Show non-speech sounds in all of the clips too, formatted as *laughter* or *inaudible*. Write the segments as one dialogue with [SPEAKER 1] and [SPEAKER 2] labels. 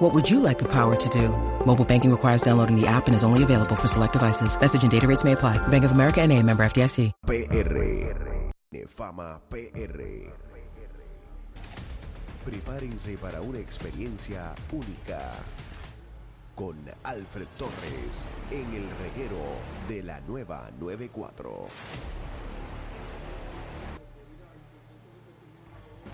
[SPEAKER 1] What would you like the power to do? Mobile banking requires downloading the app and is only available for select devices. Message and data rates may apply. Bank of America and a member FDIC.
[SPEAKER 2] PR. Nefama PR. Prepárense para una experiencia única con Alfred Torres en el reguero de la nueva 94.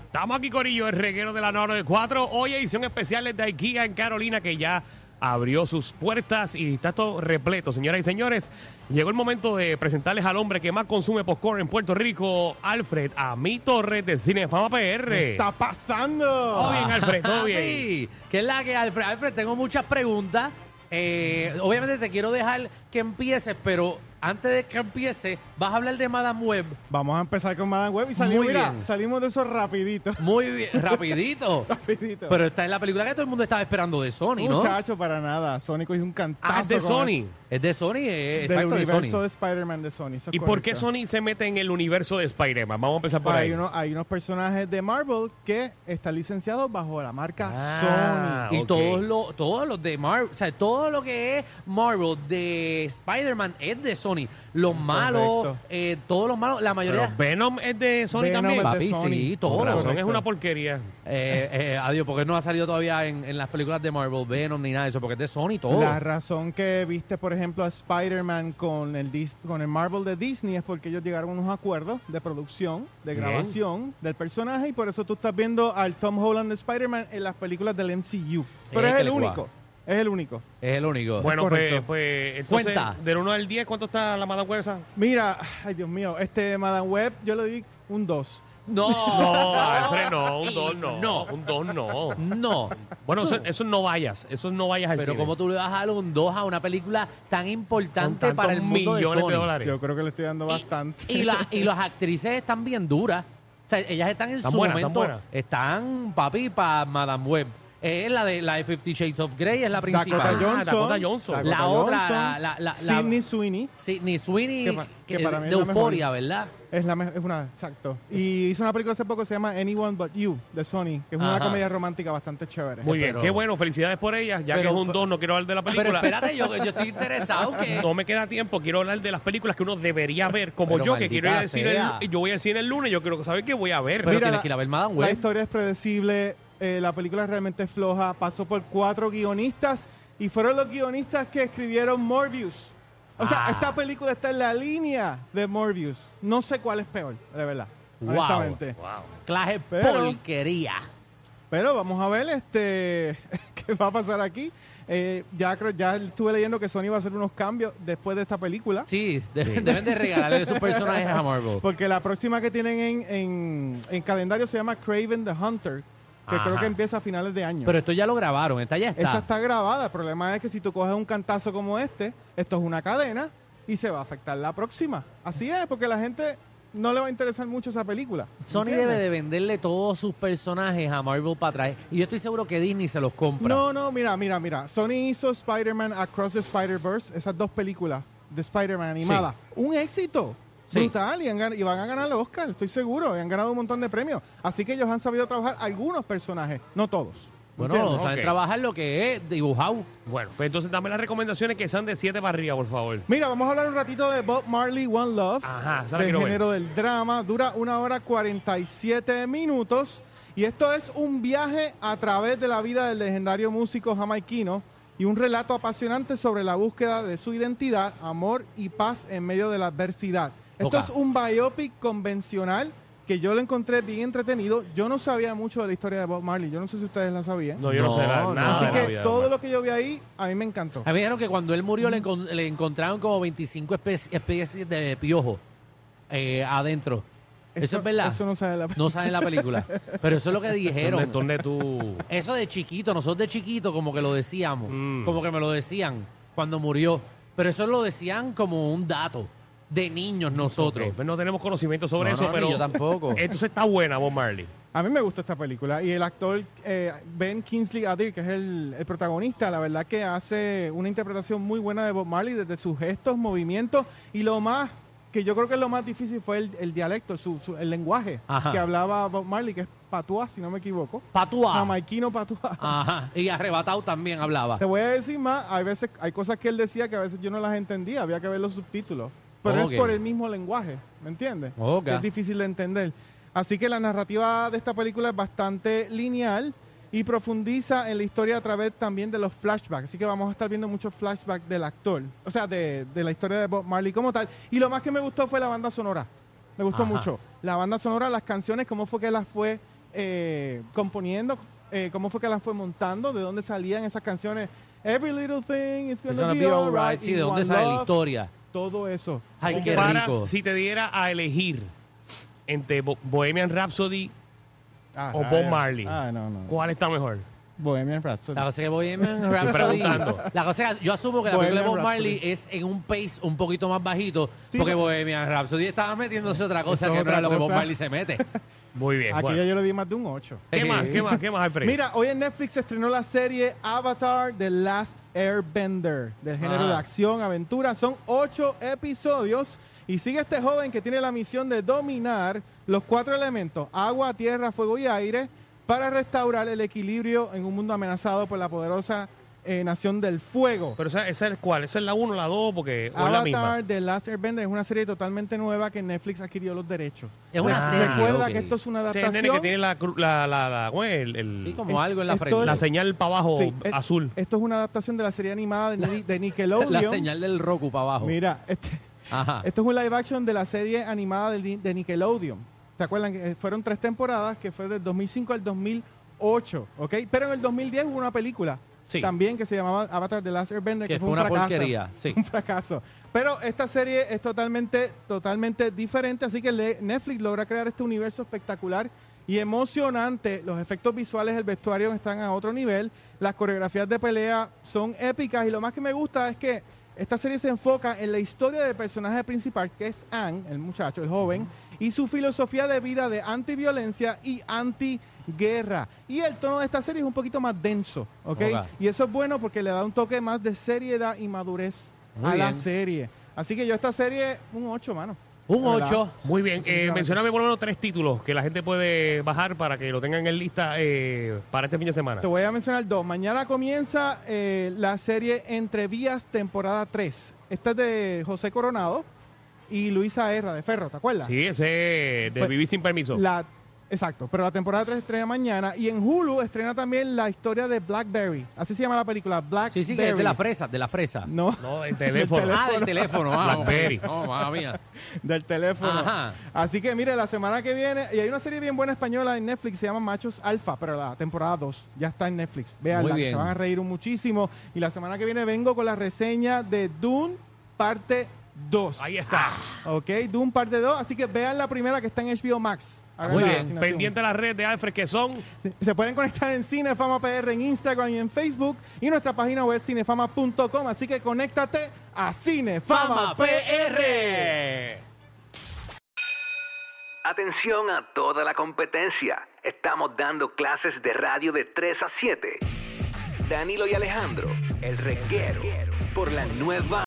[SPEAKER 3] Estamos aquí, Corillo, el reguero de la 994. Hoy edición especial de IKEA en Carolina, que ya abrió sus puertas y está todo repleto. Señoras y señores, llegó el momento de presentarles al hombre que más consume popcorn en Puerto Rico, Alfred, a mi torre de Cinefama PR.
[SPEAKER 4] está pasando?
[SPEAKER 3] Todo Oh, bien, Alfred, todo bien.
[SPEAKER 5] Javi, ¿Qué es la que, Alfred? Alfred, tengo muchas preguntas. Eh, obviamente te quiero dejar que empieces, pero antes de que empieces, vas a hablar de Madame Web.
[SPEAKER 4] Vamos a empezar con Madame Web y salimos,
[SPEAKER 5] Muy
[SPEAKER 4] mira,
[SPEAKER 5] bien.
[SPEAKER 4] salimos de eso rapidito.
[SPEAKER 5] Muy
[SPEAKER 4] *laughs*
[SPEAKER 5] bien, rapidito.
[SPEAKER 4] Rapidito.
[SPEAKER 5] Pero esta es la película que todo el mundo estaba esperando de Sony, ¿no?
[SPEAKER 4] Muchacho, para nada. Sonic es un cantazo.
[SPEAKER 3] Ah, es de
[SPEAKER 4] con
[SPEAKER 3] Sony.
[SPEAKER 5] Es de Sony, eh,
[SPEAKER 4] el- Del
[SPEAKER 5] exacto, de
[SPEAKER 4] universo de,
[SPEAKER 5] Sony.
[SPEAKER 4] Spider-Man de Sony. eso es
[SPEAKER 3] ¿Y por qué
[SPEAKER 4] correcto.
[SPEAKER 3] Sony se mete en el universo de Spider-Man? Vamos a empezar por ahí.
[SPEAKER 4] Hay, uno- hay unos personajes de Marvel que están licenciados bajo la marca
[SPEAKER 3] Ah,
[SPEAKER 5] Y
[SPEAKER 3] ok.
[SPEAKER 5] todos, los, todos los de Marvel, o sea, todo lo que es Marvel de Spider-Man es de Sony. Los malos,
[SPEAKER 4] Correcto.
[SPEAKER 5] eh, todos los malos, la
[SPEAKER 3] Pero
[SPEAKER 5] mayoría.
[SPEAKER 3] Venom es de Sony
[SPEAKER 4] Venom
[SPEAKER 3] también.
[SPEAKER 4] es de
[SPEAKER 5] Papi,
[SPEAKER 4] Sony.
[SPEAKER 5] sí,
[SPEAKER 3] Con
[SPEAKER 5] todo.
[SPEAKER 3] razón,
[SPEAKER 4] Correcto.
[SPEAKER 3] es una porquería.
[SPEAKER 5] Eh, eh, adiós, porque no ha salido todavía en, en las películas de Marvel, Venom ni nada de eso, porque es de Sony todo.
[SPEAKER 4] La razón que viste, por ejemplo, a Spider-Man con el Dis- con el Marvel de Disney es porque ellos llegaron a unos acuerdos de producción, de
[SPEAKER 3] Bien.
[SPEAKER 4] grabación del personaje y por eso tú estás viendo al Tom Holland de Spider-Man en las películas del MCU. Pero
[SPEAKER 5] Eh,
[SPEAKER 4] es
[SPEAKER 5] que
[SPEAKER 4] el
[SPEAKER 5] le cua.
[SPEAKER 4] único. Es el único.
[SPEAKER 5] Es el único.
[SPEAKER 3] Bueno, pues,
[SPEAKER 4] correcto.
[SPEAKER 3] pues entonces,
[SPEAKER 5] Cuenta.
[SPEAKER 3] del 1 al 10, ¿cuánto está la Madame Web esa?
[SPEAKER 4] Mira, ay Dios mío, este Madame Web yo le di un 2.
[SPEAKER 5] no,
[SPEAKER 3] No,
[SPEAKER 5] *laughs*
[SPEAKER 3] Alfred, no, un 2 no.
[SPEAKER 5] No.
[SPEAKER 3] Un 2 no.
[SPEAKER 5] no.
[SPEAKER 3] Bueno, eso, eso no vayas, eso no vayas al
[SPEAKER 5] Pero
[SPEAKER 3] cine.
[SPEAKER 5] como tú le vas a dar un 2 a una película tan
[SPEAKER 3] Con
[SPEAKER 5] importante
[SPEAKER 3] tantos
[SPEAKER 5] para el mundo de
[SPEAKER 3] millones
[SPEAKER 5] Sony.
[SPEAKER 3] dólares.
[SPEAKER 4] Yo creo que le estoy dando bastante.
[SPEAKER 5] Y,
[SPEAKER 4] *laughs*
[SPEAKER 5] la- y las actrices están bien duras. O sea, ellas están en
[SPEAKER 3] Están
[SPEAKER 5] su
[SPEAKER 3] buenas, están
[SPEAKER 5] momento.
[SPEAKER 3] buenas.
[SPEAKER 5] están papi para Madame Web. Es la de la de Fifty Shades of Grey, es la principal.
[SPEAKER 4] Dakota
[SPEAKER 3] Ah,
[SPEAKER 4] Johnson.
[SPEAKER 3] Dakota Johnson.
[SPEAKER 4] Dakota
[SPEAKER 5] La otra,
[SPEAKER 4] Johnson,
[SPEAKER 5] la- la- la- la-
[SPEAKER 4] Sidney Sweeney.
[SPEAKER 5] Sí, ni Sweeney,
[SPEAKER 4] Que pa- que
[SPEAKER 5] que-
[SPEAKER 4] para mí
[SPEAKER 5] de
[SPEAKER 4] es la mejor.
[SPEAKER 5] Euforia, ¿verdad?
[SPEAKER 4] Es, la me- es una, exacto. Y hizo una película hace poco que se llama Anyone But You, de Sony, que es una
[SPEAKER 5] Ajá.
[SPEAKER 4] comedia romántica bastante chévere.
[SPEAKER 3] Muy bien,
[SPEAKER 5] Pero-
[SPEAKER 3] qué bueno, felicidades por ellas. Ya
[SPEAKER 5] Pero-
[SPEAKER 3] que es un 2, no quiero hablar de la
[SPEAKER 5] Pero
[SPEAKER 3] película.
[SPEAKER 5] espérate, yo, yo estoy interesado que...
[SPEAKER 3] *laughs* No me queda tiempo, quiero hablar de las películas que uno debería ver. Como
[SPEAKER 5] Pero
[SPEAKER 3] yo, que quiero ir al
[SPEAKER 5] maldita
[SPEAKER 3] cine,
[SPEAKER 5] sea.
[SPEAKER 3] el, yo voy al cine el lunes, yo quiero saber qué voy a ver.
[SPEAKER 5] Pero
[SPEAKER 4] Mira,
[SPEAKER 5] tienes
[SPEAKER 4] la-
[SPEAKER 5] que ir a ver Madame
[SPEAKER 4] La
[SPEAKER 5] Web.
[SPEAKER 4] historia es predecible, eh, la película es realmente floja, pasó por cuatro guionistas y fueron los guionistas que escribieron Morbius. O sea,
[SPEAKER 5] Ah.
[SPEAKER 4] esta película está en la línea de Morbius. No sé cuál es peor, de verdad.
[SPEAKER 5] Wow.
[SPEAKER 4] Honestamente.
[SPEAKER 5] Clase
[SPEAKER 4] Pero-
[SPEAKER 5] porquería.
[SPEAKER 4] Pero vamos a ver este *laughs* qué va a pasar aquí. Eh, ya, creo- ya estuve leyendo que Sony va a hacer unos cambios después de esta película.
[SPEAKER 5] Sí, deben, *laughs* deben de regalarle sus personajes a
[SPEAKER 4] *laughs*
[SPEAKER 5] Marvel.
[SPEAKER 4] Porque la próxima que tienen en, en- en calendario se llama Craven the Hunter, que creo
[SPEAKER 5] Ajá.
[SPEAKER 4] que empieza a finales de año.
[SPEAKER 5] Pero esto ya lo grabaron, esta ya está.
[SPEAKER 4] Esa está grabada. El problema es que si tú coges un cantazo como este, esto es una cadena y se va a afectar la próxima. Así es, porque la gente no le va a interesar mucho esa película.
[SPEAKER 5] Sony
[SPEAKER 4] ¿entiendes?
[SPEAKER 5] debe de venderle todos sus personajes a Marvel para atrás. Y yo estoy seguro que Disney se los compra.
[SPEAKER 4] No, no, mira, mira, mira. Sony hizo Spider-Man Across the Spider-Verse, esas dos películas de Spider-Man animadas. Un éxito.
[SPEAKER 5] Sí.
[SPEAKER 4] Brutal. Y, han gan- y van a ganar el Oscar, estoy seguro. Y han ganado un montón de premios. Así que ellos han sabido trabajar algunos personajes, no todos.
[SPEAKER 5] bueno,
[SPEAKER 4] ¿entiendes?
[SPEAKER 5] saben
[SPEAKER 3] Ok.
[SPEAKER 5] trabajar lo que es dibujado.
[SPEAKER 3] Bueno, pues entonces dame las recomendaciones que sean de 7 para arriba, por favor.
[SPEAKER 4] Mira, vamos a hablar un ratito de Bob Marley One Love,
[SPEAKER 3] Ajá, esa la
[SPEAKER 4] del
[SPEAKER 3] quiero ver.
[SPEAKER 4] género del drama. Dura una hora 47 minutos y esto es un viaje a través de la vida del legendario músico jamaiquino y un relato apasionante sobre la búsqueda de su identidad, amor y paz en medio de la adversidad. Esto
[SPEAKER 5] Ok.
[SPEAKER 4] es un biopic convencional que yo lo encontré bien entretenido. Yo no sabía mucho de la historia de Bob Marley, yo no sé si ustedes la sabían.
[SPEAKER 3] No, yo no,
[SPEAKER 5] No,
[SPEAKER 3] sé la-
[SPEAKER 5] no,
[SPEAKER 3] nada.
[SPEAKER 4] Así
[SPEAKER 3] de Ah, la
[SPEAKER 4] que
[SPEAKER 3] vida,
[SPEAKER 4] todo
[SPEAKER 3] hermano.
[SPEAKER 4] lo que yo vi ahí, a mí me encantó.
[SPEAKER 5] A mí me dijeron que cuando él murió le, encon- le encontraron como 25 espe- especies de piojo eh, adentro. Eso, es verdad.
[SPEAKER 4] Eso no sabe la
[SPEAKER 5] No saben
[SPEAKER 4] *laughs*
[SPEAKER 5] la película. Pero eso es lo que dijeron.
[SPEAKER 3] ¿Dónde, dónde
[SPEAKER 5] *laughs*
[SPEAKER 3] tú...?
[SPEAKER 5] Eso de chiquito, nosotros de chiquito como que lo decíamos,
[SPEAKER 3] Mm.
[SPEAKER 5] como que me lo decían cuando murió, pero eso lo decían como un dato. de niños nosotros.
[SPEAKER 3] Ok, pues no tenemos conocimiento sobre
[SPEAKER 5] No,
[SPEAKER 3] eso,
[SPEAKER 5] no, ni
[SPEAKER 3] pero.
[SPEAKER 5] yo tampoco.
[SPEAKER 3] Entonces está buena, Bob Marley.
[SPEAKER 4] A mí me gusta esta película y el actor eh, Ben Kingsley Adir, que es el, el protagonista, la verdad que hace una interpretación muy buena de Bob Marley desde sus gestos, movimientos y lo más que yo creo que lo más difícil fue el, el dialecto, su- su- el lenguaje
[SPEAKER 5] Ajá.
[SPEAKER 4] que hablaba Bob Marley, que es patuá, si no me equivoco.
[SPEAKER 5] Patuá. Ah.
[SPEAKER 4] Jamaiquino patuá.
[SPEAKER 5] Ajá. Y arrebatado también hablaba.
[SPEAKER 4] Te voy a decir más, hay veces, hay cosas que él decía que a veces yo no las entendía, había que ver los subtítulos. Pero
[SPEAKER 5] Ok.
[SPEAKER 4] es por el mismo lenguaje, ¿me entiendes?
[SPEAKER 5] Ok.
[SPEAKER 4] Que Es difícil de entender. Así que la narrativa de esta película es bastante lineal y profundiza en la historia a través también de los flashbacks. Así que vamos a estar viendo muchos flashbacks del actor, o sea, de, de la historia de Bob Marley como tal. Y lo más que me gustó fue la banda sonora. Me gustó
[SPEAKER 5] Ajá.
[SPEAKER 4] mucho. La banda sonora, las canciones, cómo fue que las fue eh, componiendo, eh, cómo fue que las fue montando, de dónde salían esas canciones. Every little thing is gonna,
[SPEAKER 5] It's gonna
[SPEAKER 4] be,
[SPEAKER 5] be
[SPEAKER 4] alright.
[SPEAKER 5] alright. Sí,
[SPEAKER 4] in
[SPEAKER 5] ¿de dónde
[SPEAKER 4] one
[SPEAKER 5] sale la
[SPEAKER 4] love.
[SPEAKER 5] historia?
[SPEAKER 4] Todo eso.
[SPEAKER 5] Ay, qué
[SPEAKER 3] Comparas,
[SPEAKER 5] rico.
[SPEAKER 3] si te diera a elegir entre Bo- Bohemian Rhapsody,
[SPEAKER 4] Ah,
[SPEAKER 3] o Bob
[SPEAKER 4] rayos.
[SPEAKER 3] Marley.
[SPEAKER 4] Ah, no, no.
[SPEAKER 3] ¿cuál está mejor?
[SPEAKER 4] Bohemian Rhapsody.
[SPEAKER 5] La cosa
[SPEAKER 4] *laughs*
[SPEAKER 5] que voy Rhapsody.
[SPEAKER 3] preguntando.
[SPEAKER 5] La cosa que yo asumo que la
[SPEAKER 4] Bohemian
[SPEAKER 5] película de Bob
[SPEAKER 4] Rhapsody.
[SPEAKER 5] Marley es en un pace un poquito más bajito,
[SPEAKER 4] Sí,
[SPEAKER 5] porque
[SPEAKER 4] no.
[SPEAKER 5] Bohemian Rhapsody estaba metiéndose otra cosa
[SPEAKER 4] Eso
[SPEAKER 5] que
[SPEAKER 4] es
[SPEAKER 5] no era
[SPEAKER 4] otra
[SPEAKER 5] lo que Bob
[SPEAKER 4] cosa.
[SPEAKER 5] Marley
[SPEAKER 4] *laughs*
[SPEAKER 5] se mete.
[SPEAKER 3] Muy bien.
[SPEAKER 4] Aquí
[SPEAKER 3] bueno.
[SPEAKER 4] ya yo le di más de un 8.
[SPEAKER 3] ¿Qué más? ¿Qué más? ¿Qué más, Alfred?
[SPEAKER 4] Mira, hoy en Netflix se estrenó la serie Avatar The Last Airbender, del género
[SPEAKER 5] Ah.
[SPEAKER 4] de acción, aventura. Son ocho episodios y sigue este joven que tiene la misión de dominar los cuatro elementos, agua, tierra, fuego y aire, para restaurar el equilibrio en un mundo amenazado por la poderosa eh, nación del fuego.
[SPEAKER 3] Pero esa, esa es cuál? ¿Esa es la 1 o la 2? Porque o es la misma.
[SPEAKER 4] Avatar The Last Airbender es una serie totalmente nueva que Netflix adquirió los derechos.
[SPEAKER 5] Es una
[SPEAKER 4] Re-
[SPEAKER 3] Ah,
[SPEAKER 5] serie,
[SPEAKER 4] Recuerda
[SPEAKER 5] ok.
[SPEAKER 4] que esto es una
[SPEAKER 3] Ese es
[SPEAKER 4] adaptación.
[SPEAKER 3] el nene que tiene la, cru- la, la, la- ¿cómo es? El- el-
[SPEAKER 5] Sí, como
[SPEAKER 4] Es-
[SPEAKER 5] algo en la
[SPEAKER 4] esto
[SPEAKER 5] frente.
[SPEAKER 4] es-
[SPEAKER 3] la
[SPEAKER 5] La,
[SPEAKER 3] señal para abajo
[SPEAKER 4] Sí, es-
[SPEAKER 3] azul.
[SPEAKER 4] Esto es una adaptación de la serie animada de, Ni- de
[SPEAKER 5] se-
[SPEAKER 4] Nickelodeon.
[SPEAKER 5] *laughs* la señal Ah. del Roku para abajo.
[SPEAKER 4] Mira, este,
[SPEAKER 5] Ajá.
[SPEAKER 4] esto es un live action de la serie animada del Ni- de, Nickelodeon. ¿Te acuerdan? que eh, Fueron tres temporadas que fue del 2005 al 2008, ¿ok? Pero en el 2010 hubo una película
[SPEAKER 5] Sí.
[SPEAKER 4] también que se llamaba Avatar The Last Airbender, que,
[SPEAKER 5] que
[SPEAKER 4] fue,
[SPEAKER 5] fue
[SPEAKER 4] un
[SPEAKER 5] una
[SPEAKER 4] fracaso.
[SPEAKER 5] porquería. Sí.
[SPEAKER 4] Un fracaso. Pero esta serie es totalmente, totalmente diferente, así que le- Netflix logra crear este universo espectacular y emocionante. Los efectos visuales del vestuario están a otro nivel, las coreografías de pelea son épicas y lo más que me gusta es que esta serie se enfoca en la historia del personaje principal, que es Ann, el muchacho, el joven, y su filosofía de vida de antiviolencia y antiguerra. Y el tono de esta serie es un poquito más denso, ¿ok?
[SPEAKER 5] Ok.
[SPEAKER 4] Y eso es bueno porque le da un toque más de seriedad y madurez
[SPEAKER 5] Muy
[SPEAKER 4] a la
[SPEAKER 5] bien.
[SPEAKER 4] serie. Así que yo esta serie, un 8, mano.
[SPEAKER 5] Un
[SPEAKER 4] De verdad.
[SPEAKER 5] 8.
[SPEAKER 3] Muy bien. Eh, mencioname por lo menos tres títulos que la gente puede bajar para que lo tengan en lista eh, para este fin de semana.
[SPEAKER 4] Te voy a mencionar dos. Mañana comienza eh, la serie Entre Vías, temporada 3. Esta es de José Coronado y Luisa Herra de Ferro, ¿te acuerdas?
[SPEAKER 3] Sí, ese de
[SPEAKER 4] Pues,
[SPEAKER 3] Vivir sin Permiso.
[SPEAKER 4] La, exacto, pero la temporada 3 estrena mañana. Y en Hulu estrena también la historia de Blackberry. Así se llama la película, Blackberry.
[SPEAKER 5] Sí, sí, que es de la fresa, de la fresa.
[SPEAKER 4] No,
[SPEAKER 3] No, el
[SPEAKER 4] *laughs*
[SPEAKER 3] teléfono.
[SPEAKER 5] Ah, del teléfono. Ah, ok.
[SPEAKER 3] Blackberry.
[SPEAKER 5] No, mamá mía.
[SPEAKER 4] del teléfono.
[SPEAKER 5] Ajá.
[SPEAKER 4] Así que mire, la semana que viene, y hay una serie bien buena española en Netflix, se llama Machos Alfa, pero la temporada 2 ya está en Netflix. Veanla,
[SPEAKER 5] Muy bien.
[SPEAKER 4] se van a reír muchísimo. Y la semana que viene vengo con la reseña de Dune, parte 2.
[SPEAKER 3] Ahí está.
[SPEAKER 4] Ok, Dune, parte 2. Así que vean la primera que está en HBO Max. Hagan
[SPEAKER 5] Muy
[SPEAKER 4] la
[SPEAKER 5] bien,
[SPEAKER 4] asignación.
[SPEAKER 3] Pendiente a las redes de Alfred que son.
[SPEAKER 4] Se- Se pueden conectar en Cinefama PR en Instagram y en Facebook y nuestra página web cinefama.com. Así que conéctate a Cinefama
[SPEAKER 5] ¡Fama
[SPEAKER 4] PR.
[SPEAKER 5] PR!
[SPEAKER 6] Atención a toda la competencia. Estamos dando clases de radio de 3 a 7. Danilo y Alejandro, el reguero, por la nueva